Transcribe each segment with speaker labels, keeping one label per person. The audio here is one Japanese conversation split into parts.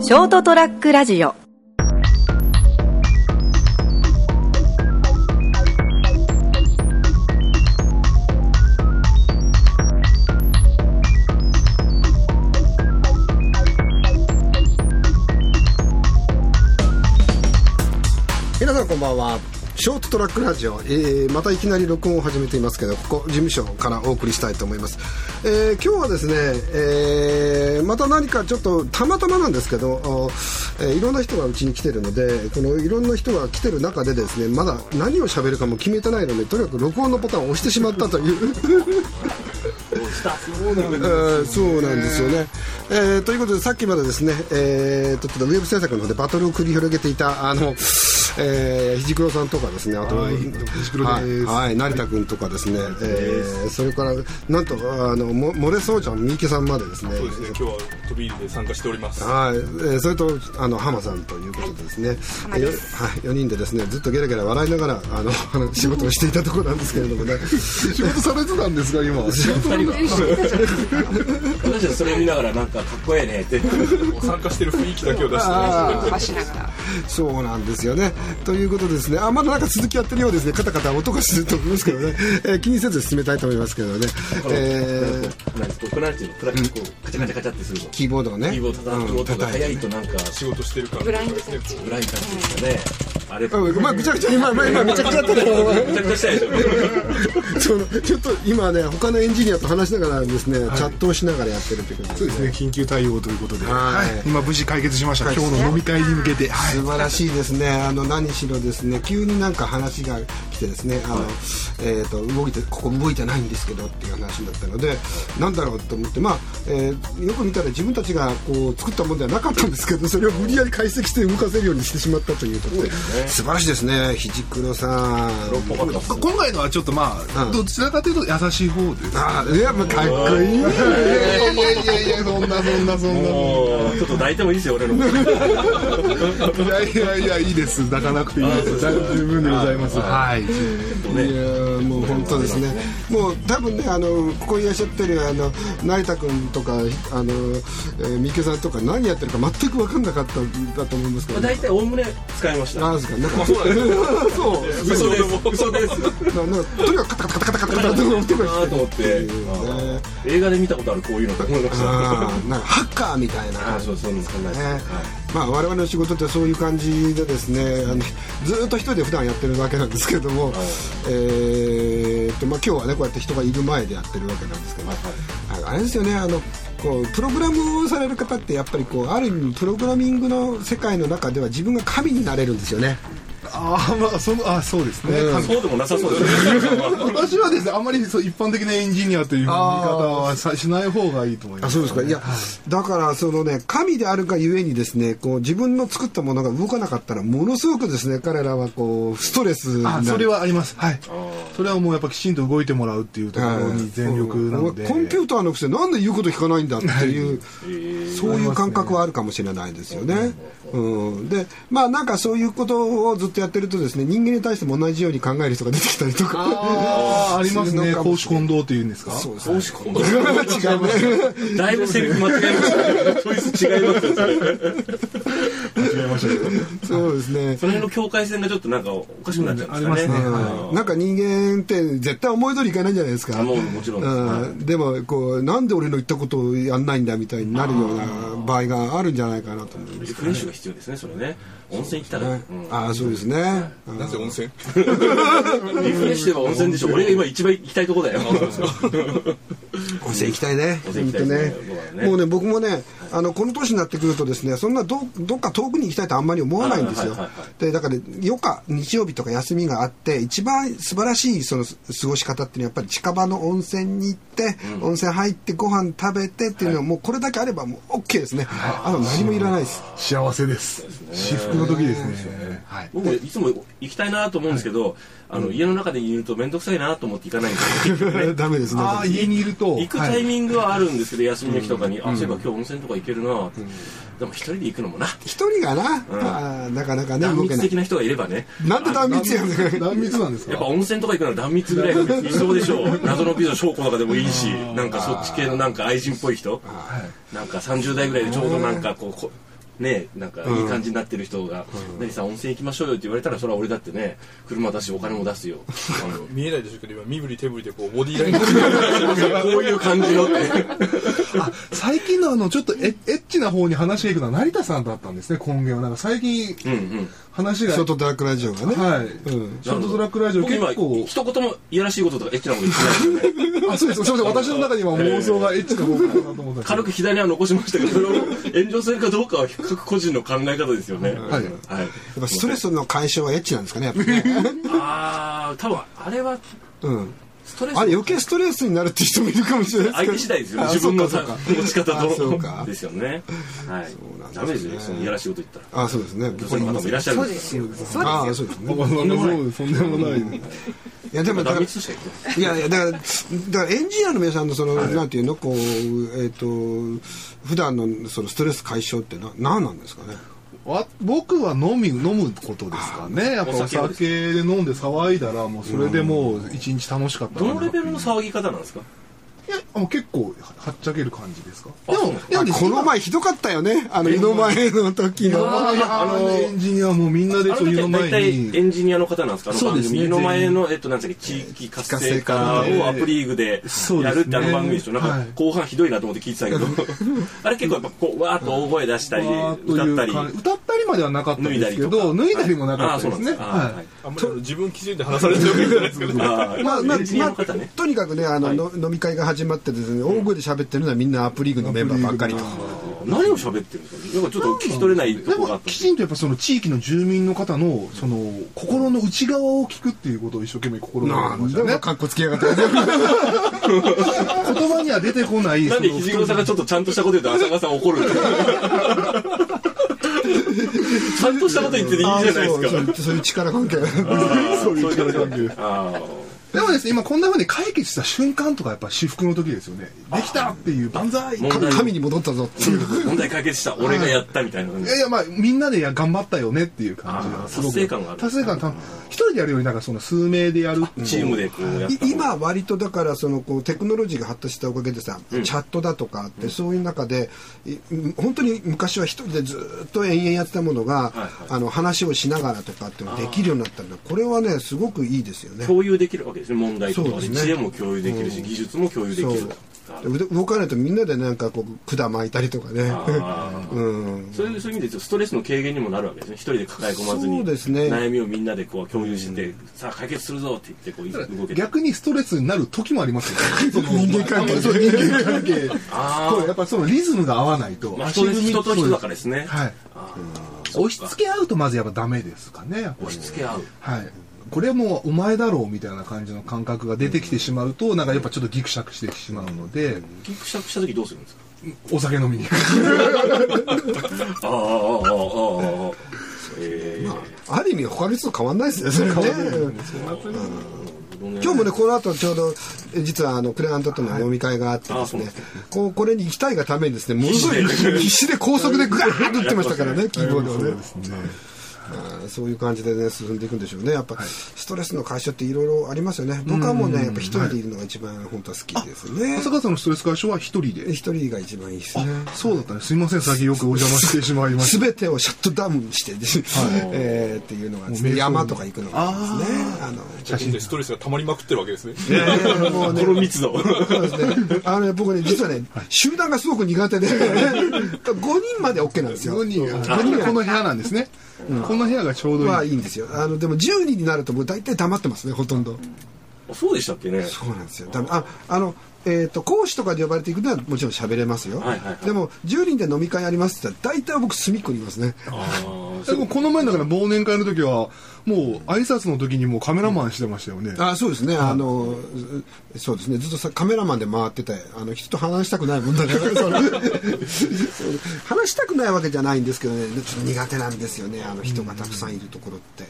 Speaker 1: ショートトラックラジオ
Speaker 2: 皆さんこんばんはショートトラックラジオ、えーまたいきなり録音を始めていますけどここ事務所からお送りしたいと思います、えー今日はですね、えーまた何かちょっとたまたまなんですけど、おえーいろんな人がうちに来てるのでこのいろんな人が来てる中でですねまだ何を喋るかも決めてないのでとにかく録音のボタンを押してしまったというえーそうなんですよね、えーということでさっきまでですね、えーとちょっとウェブ制作の方でバトルを繰り広げていたあの、えー、ひじくろさんとかですねあと、はい
Speaker 3: くろです
Speaker 2: はい成田君とかですね、えーそれからなんとあのも漏れそうちゃん三池さんまでですね
Speaker 3: そうですね、今日は飛び入りで参加しております。
Speaker 2: はい、えーそれとあの浜さんということでですね、はい、よはい、4人でですねずっとゲラゲラ笑いながらあのあの仕事をしていたところなんですけれどもね 仕事されてたんですか今
Speaker 4: 私はそれを見ながらなんかかっこええねって
Speaker 3: 参加してる雰囲気だけを出してないです
Speaker 2: そうなんですよね。ということですね、あまだなんか続きやってるようですね、カタカタ音がすると思いますけどね、えー気にせず進めたいと思いますけどね、えー
Speaker 4: なんですかこうなんていうのこうカチャカチャカチャってするの
Speaker 2: キーボードがね、
Speaker 4: キーボード叩く
Speaker 2: うん
Speaker 4: 音が
Speaker 2: 叩
Speaker 4: 速い
Speaker 2: いて
Speaker 4: となんか
Speaker 3: 仕事してるから。
Speaker 4: 暗い感じですかねあれ
Speaker 2: うんまあ、ぐちゃぐちゃ、今、今、今めちゃくちゃやってたけど
Speaker 4: めちゃくちゃしたいでしょ
Speaker 2: そのちょっと今ね、他のエンジニアと話しながらですね、チャットをしながらやってるってことです
Speaker 5: そうですね緊急対応ということで、
Speaker 2: はい
Speaker 5: はい今無事解決しました今日の飲み会に向けて、はい
Speaker 2: 素晴らしいですね、あの何しろですね急になんか話が来てですね、あのえー、と動いてここ動いてないんですけどっていう話になったので、なんだろうと思って、まあえーよく見たら自分たちがこう作ったものではなかったんですけど、それを無理やり解析して動かせるようにしてしまったというところで、素晴らしいですね、ひじくろさん。
Speaker 5: こ今回のはちょっとまあ、
Speaker 2: うん
Speaker 5: どちらかというと優しい方です
Speaker 2: あーいや、まあ、かっこいいね。
Speaker 5: いやいやいやそんなそんなそんな
Speaker 4: もうちょっと抱いてもいいですよ俺の
Speaker 5: いやいやいやいいです抱かなくていいですだいぶ十分でございますはい
Speaker 2: いやーもう本当ですね、もう多分ね、あのここいらっしゃってるあの成田君とか、あのえー三池さんとか、何やってるか全く分かんなかったんだと思うんですけど、
Speaker 4: 大体おおむね使いました
Speaker 2: なんですか、なんか、そう
Speaker 4: 嘘です嘘です
Speaker 2: ななんかとにかくカタカタカタカタカタカタって音が
Speaker 4: あ
Speaker 2: し
Speaker 4: ーと思って
Speaker 2: ね
Speaker 4: 映画で見たことあるこういうのと思いました
Speaker 2: あーなんかハッカーみたいな
Speaker 4: あ
Speaker 2: 感
Speaker 4: ー
Speaker 2: じ
Speaker 4: そうそうそんな感じです
Speaker 2: ね
Speaker 4: ね
Speaker 2: まあ、我々の仕事ってそういう感じでですねあのずーっと一人で普段やってるわけなんですけども、えーっとまあ、今日はねこうやって人がいる前でやってるわけなんですけど、あのあれですよねあのこうプログラムをされる方ってやっぱりこうある意味プログラミングの世界の中では自分が神になれるんですよね
Speaker 5: あーまあそのあそうですね、
Speaker 4: はいそうでもなさそうですね
Speaker 5: 私はですねあんまりそう一般的なエンジニアという見方はさしない方がいいと思います
Speaker 2: あそうですかいやだからそのね神であるがゆえにですねこう自分の作ったものが動かなかったらものすごくですね彼らはこうストレスにな
Speaker 5: あ
Speaker 2: る
Speaker 5: それはありますはいそれはもうやっぱきちんと動いてもらうっていうところに全力なので
Speaker 2: コンピューターのくせになんで言うこと聞かないんだっていう、そういう感覚はあるかもしれないですよね。うん、でまあなんかそういうことをずっとやってるとですね人間に対しても同じように考える人が出てきたりとか
Speaker 5: あーあります
Speaker 2: そういう
Speaker 5: ね
Speaker 2: のかも
Speaker 5: 公
Speaker 2: し
Speaker 5: 私
Speaker 2: れない
Speaker 5: 混同というんですかそうです
Speaker 4: 公私混同
Speaker 2: 違うね
Speaker 4: だいぶセリフ間違えましたそいつ違いますよそれ
Speaker 5: 違いましたけど
Speaker 2: そうですね。
Speaker 4: その辺の境界線がちょっとなんかおかしくなっちゃうんですかね
Speaker 5: うんあります
Speaker 2: うんなんか人間って絶対思い通りいかないじゃないですか。
Speaker 4: もうもちろんです
Speaker 2: うんでもこうなんで俺の言ったことをやんないんだみたいになるような場合があるんじゃないかなと思います。
Speaker 4: リフレッシュが必要ですねそれね温泉行ったら、
Speaker 2: ねああそうですね。うん
Speaker 3: なぜ温泉
Speaker 4: うんリフレッシュといえば温泉でしょ俺が今一番行きたいとこだよ
Speaker 2: 温泉行きたいね。
Speaker 4: 温泉行きたいですね僕はね
Speaker 2: もうね、僕もね、あの、この年になってくるとですね、そんなど、どっか遠くに行きたいとあんまり思わないんですよ
Speaker 4: はいはいはいは。
Speaker 2: で、だから、余暇、日曜日とか休みがあって、一番素晴らしい、その、す過ごし方っていうのは、やっぱり近場の温泉に行って、温泉入ってご飯食べてっていうのは、もうこれだけあればもう OK ですね。あの、何もいらないです。
Speaker 5: 幸せです至福の時ですねはい
Speaker 4: 僕いつも行きたいなと思うんですけど、あの家の中でいると面倒くさいなと思って行かないんですよ結 局ね
Speaker 2: ダメですね。
Speaker 5: ああ家にいると
Speaker 4: 行くタイミングはあるんですけど休みの日とかに、あそういえば今日温泉とか行けるなって、でも一人で行くのもな
Speaker 2: 一人がな、あーなかなかね、
Speaker 4: 断
Speaker 2: 動け
Speaker 4: 密
Speaker 2: ない
Speaker 4: 的。な人がいればね
Speaker 2: なんで断密やねん。
Speaker 5: はい断密なんです
Speaker 4: やっ
Speaker 5: か
Speaker 4: ぱ温泉とか行くなら断密ぐらいが理想でしょう謎の美女証拠とかでもいいしなんかそっち系のなんか愛人っぽい人なんか30代ぐらいでちょうどなんかこうこねなんかいい感じになってる人が「何、さん温泉行きましょうよ」って言われたらそれは俺だってね車出しお金も出すよあの
Speaker 3: 見えないでしょうけど今身振り手振りでこうボディーラインが
Speaker 4: こう いう感じのって
Speaker 5: あ最近のあのちょっとエエッチな方に話がいくのは成田さんだったんですね今月はなんか最近
Speaker 4: うんうん
Speaker 5: 話が
Speaker 2: ショートトラックラジオがね、
Speaker 5: はい、
Speaker 2: うん
Speaker 5: ショートトラックラジオ
Speaker 4: 僕
Speaker 5: 結
Speaker 4: 今
Speaker 5: 構
Speaker 4: 一言もいやらしいこととかエッチなこと言ってな い、ね、
Speaker 5: あそうですすみません私の中に今妄想がエッチな方かなと思ったんですけ
Speaker 4: 軽
Speaker 5: ど
Speaker 4: く左には残しましたけどそれを炎上するかどうかは各個人の考え方ですよねはいはい
Speaker 2: やっぱストレスの解消はエッチなんですかねやっぱね、
Speaker 4: ああ多分あれは
Speaker 2: うん、
Speaker 4: ストレス
Speaker 2: あれ余計ストレスになるって人もいるかもしれないで
Speaker 4: 相手
Speaker 2: すけ
Speaker 4: 次
Speaker 2: ど
Speaker 4: 第ですよね
Speaker 2: あ
Speaker 4: 自分の
Speaker 2: そう
Speaker 4: さ
Speaker 2: かそうか
Speaker 4: 持ち方
Speaker 2: あそうか
Speaker 4: とですよねはい
Speaker 2: なんですね
Speaker 4: ダメですよねそのいやらしいこと言ったら
Speaker 2: あそうですね
Speaker 4: 女性の方もいらっしゃる
Speaker 1: そ
Speaker 4: ん
Speaker 1: う
Speaker 4: で
Speaker 1: ですすよ。そう
Speaker 2: あ
Speaker 1: で
Speaker 2: あ
Speaker 1: す
Speaker 2: そ
Speaker 1: よ。
Speaker 2: うです
Speaker 5: そ
Speaker 2: ね
Speaker 5: んなもないそんなもない
Speaker 2: いやでもだか
Speaker 4: ダメ
Speaker 2: ら
Speaker 4: つしか言って
Speaker 2: いやいやだからだからエンジニアの皆さんのその、なんていうのこうえっ、と普段のそのストレス解消ってな何なんですかね
Speaker 5: わ僕は飲み飲むことですかねやっぱお酒で飲んで騒いだらもうそれでもう一日楽しかった
Speaker 4: な
Speaker 5: ない
Speaker 4: どのレベルの騒ぎ方なんですか
Speaker 5: いやもう結構ははっちゃける感じですか
Speaker 4: あ
Speaker 5: でも
Speaker 4: そう
Speaker 5: いや
Speaker 2: あ
Speaker 5: でも
Speaker 2: この前ひどかったよねあの湯の前の時の
Speaker 5: あのエンジニアもみんなで
Speaker 4: あ
Speaker 5: そう
Speaker 4: の
Speaker 5: いう
Speaker 4: 時は
Speaker 5: の
Speaker 4: 大体
Speaker 5: 前
Speaker 4: エ
Speaker 5: に
Speaker 4: ンジニアの方なんですかあの
Speaker 5: そう
Speaker 4: 番
Speaker 5: ですね
Speaker 4: 組湯の前の、えっと、なんでしたっけ地域活性化
Speaker 2: 地域活性
Speaker 4: を
Speaker 5: 化
Speaker 4: アプリーグで
Speaker 5: そうで
Speaker 4: や
Speaker 5: すね
Speaker 4: るってあの番組でしょ、な
Speaker 5: は
Speaker 4: ん
Speaker 5: い
Speaker 4: か後半ひどいなと思って聞いてたけ どあれ結構やっぱこうわーっと大声出したり
Speaker 5: わーっと
Speaker 4: 歌
Speaker 5: い
Speaker 4: った
Speaker 5: う
Speaker 4: り
Speaker 5: 感じ歌ったりまではなかったんですけ
Speaker 4: 脱いだりと
Speaker 5: ど
Speaker 4: か
Speaker 5: 脱いだりもなか
Speaker 4: あ
Speaker 5: っ
Speaker 4: そ
Speaker 5: た
Speaker 4: う
Speaker 5: で
Speaker 4: なん
Speaker 5: す
Speaker 4: で
Speaker 5: ね
Speaker 4: すねは
Speaker 5: はい
Speaker 3: あんまり自分基準で話されちゃうわ けじゃないですけど
Speaker 4: あー
Speaker 2: まあまあ
Speaker 4: エンジニアの方ね、
Speaker 2: とにかくねあの、の飲み会が始まってですね大声で喋ってるのはみんなアプリーグのメンバーばっかりと
Speaker 4: 何を喋ってるんですかなんかちょっと聞き取れない
Speaker 5: い
Speaker 4: と
Speaker 5: で
Speaker 4: こがあ
Speaker 5: も
Speaker 4: ったんで
Speaker 5: き
Speaker 4: すよ
Speaker 5: ちんとやっぱその地域の住民の方のその心の内側を聞くっていうことを一生懸命心
Speaker 2: な
Speaker 5: がけてま
Speaker 2: ん
Speaker 5: した
Speaker 2: だ
Speaker 5: ね
Speaker 2: かっこつけやがって
Speaker 5: 言葉には出てこない
Speaker 4: なんで
Speaker 5: その
Speaker 4: ひじくろさんがちょっとちゃんとしたこと言うと浅川さん怒るんですよちゃんとしたこと言ってていいじゃないですか
Speaker 2: あーそうそうそういう力関係
Speaker 5: そういう力関係
Speaker 4: あー
Speaker 5: でもですね今こんなふうに解決した瞬間とかやっぱ至福の時ですよねできたっていう万歳
Speaker 4: もう
Speaker 5: い
Speaker 2: 神神に戻ったぞっていう
Speaker 4: 問題解決した俺がやったみたいな感じ
Speaker 5: やいやまあみんなでや頑張ったよねっていう感じ
Speaker 4: あ
Speaker 5: が
Speaker 4: ー
Speaker 5: すごく
Speaker 4: 達成感がある
Speaker 5: 達成感た一人でやるよりなんかその数名でやるっていう
Speaker 4: チームでこうやっ
Speaker 2: い
Speaker 4: た方が
Speaker 2: 今割とだからそのこうテクノロジーが発達したおかげでさ、チャットだとかってそういう中で、い本当に昔は一人でずっと延々やってたものが、
Speaker 4: いはい
Speaker 2: あの話をしながらとかっていうのができるようになったんだこれはねすごくいいですよね。
Speaker 4: 共有できるわけですね問題とか
Speaker 2: そうですね
Speaker 4: 知恵も共有できるし、技術も共有でき
Speaker 2: そう
Speaker 4: るあー
Speaker 2: で動かないとみんなでなんかこう管巻いたりとかね。
Speaker 4: あー
Speaker 2: うん、
Speaker 4: そういうそういう意味でストレスの軽減にもなるわけですね一人で抱え込まずに
Speaker 2: そうですね
Speaker 4: 悩みをみんなでこう共有して、さあ解決するぞって言ってこう動けて
Speaker 5: 逆にストレスになる時もありますよね
Speaker 2: 人間関係
Speaker 5: そう人間関係
Speaker 4: あー
Speaker 5: こうやっぱそのリズムが合わないと
Speaker 4: まあ、人です人と人だからですね、
Speaker 5: はい押し付け合うとまずやっぱダメですかねやっぱり
Speaker 4: 押し付け合う
Speaker 5: はいこれはもうお前だろうみたいな感じの感覚が出てきてしまうとなんかやっぱちょっとギクシャクしてしまうので
Speaker 4: ギクシャクした時どうするんですか
Speaker 5: お酒飲みに行く
Speaker 4: ああああああああええ
Speaker 2: ある意味他の人と変わんないですねそれはね。うん今日もねこの後ちょうどえ実はあのクレアントとの飲み会があってですね、
Speaker 4: はいあ
Speaker 2: こうこれに行きたいがためにですねものすごい
Speaker 4: 必死
Speaker 2: 必死で高速でグワーッと打ってましたからねキーボードをね
Speaker 5: ね
Speaker 2: あーそういう感じでね進んでいくんでしょうねやっぱ、ストレスの解消っていろいろありますよね僕はもうねやっぱ一人でいるのが一番本当は好きですね
Speaker 5: 朝香さんのストレス解消は一人で
Speaker 2: 一人が一番いいですね
Speaker 5: そうだったねすいません先よくお邪魔してしまいま した
Speaker 2: 全てをシャットダウンしてです、えーっていうのがですね
Speaker 5: もう瞑想
Speaker 2: 山とか行くのがいいですねあの
Speaker 5: 写真
Speaker 3: でストレスが溜まりまくってるわけですね
Speaker 2: いやいやもうね
Speaker 4: この 密度
Speaker 2: そうですね。 あのね、僕ね、実はね、集団がすごく苦手で、5人まで OK なんですよ。
Speaker 5: 5人がこの部屋なんですねこの部屋がちょうどいい
Speaker 2: はいいんですよ。あの、でも10人になるともう大体黙ってますね、ほとんど。
Speaker 4: あそうでしたっけね
Speaker 2: そうなんですよ。だめあ、あの、えっ、と、講師とかで呼ばれていくのはもちろん喋れますよ。
Speaker 4: はいはいはい
Speaker 2: でも、10人で飲み会ありますって言ったら、大体僕隅っこにいますね。
Speaker 4: ああ
Speaker 5: でもこの前だから忘年会の時はもう挨拶の時にもうカメラマンしてましたよね、
Speaker 2: あそうですね、あの、そうですね、ずっとさカメラマンで回ってて、あの人と話したくないもんだ から、その話したくないわけじゃないんですけどね、ちょっと苦手なんですよね、あの人がたくさんいるところって。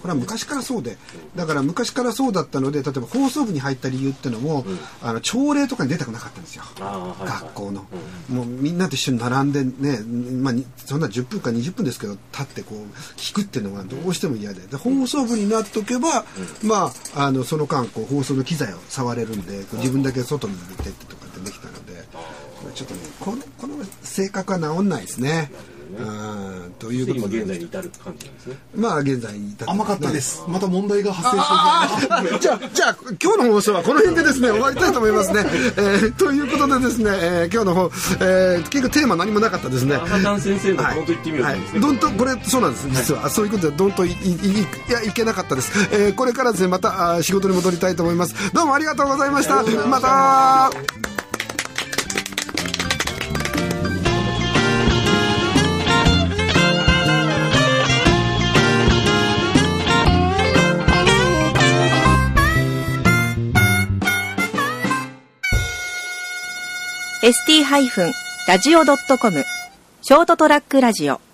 Speaker 2: これは昔からそうで、だから昔からそうだったので、例えば放送部に入った理由ってのも、あの朝礼とかに出たくなかったんですよ。
Speaker 4: ああはいはい
Speaker 2: 学校の、もうみんなと一緒に並んでね、まあ、にそんな10分か20分ですけど立ってこう聞くっていうのがどうしても嫌でで放送部になっておけば、まあ、あのその間こう放送の機材を触れるんでこう自分だけ外に出てってとかってできたのでこれちょっとねこのこの性格は治んないですね。
Speaker 4: ね。
Speaker 2: うんという
Speaker 4: で
Speaker 2: ことで
Speaker 4: 今現在に至る感じなんですね。
Speaker 2: まあ現在に至てますね
Speaker 5: 甘かったです。また問題が発生して
Speaker 2: ああじゃあ、じゃあ、今日の放送はこの辺でですね、終わりたいと思いますね。えーということでですね、えー今日の方、えー結局テーマ何もなかったですね。
Speaker 4: 赤丹先生の本当言ってみようと
Speaker 2: はい
Speaker 4: 思うんですけ、ど。
Speaker 2: どんとこれそうなんです実は、そういうことでどんといいいいやいけなかったです、えーこれからですねまたあー仕事に戻りたいと思いますどうもありがとうございましたまた
Speaker 1: ー ST-radio.com ショートトラックラジオ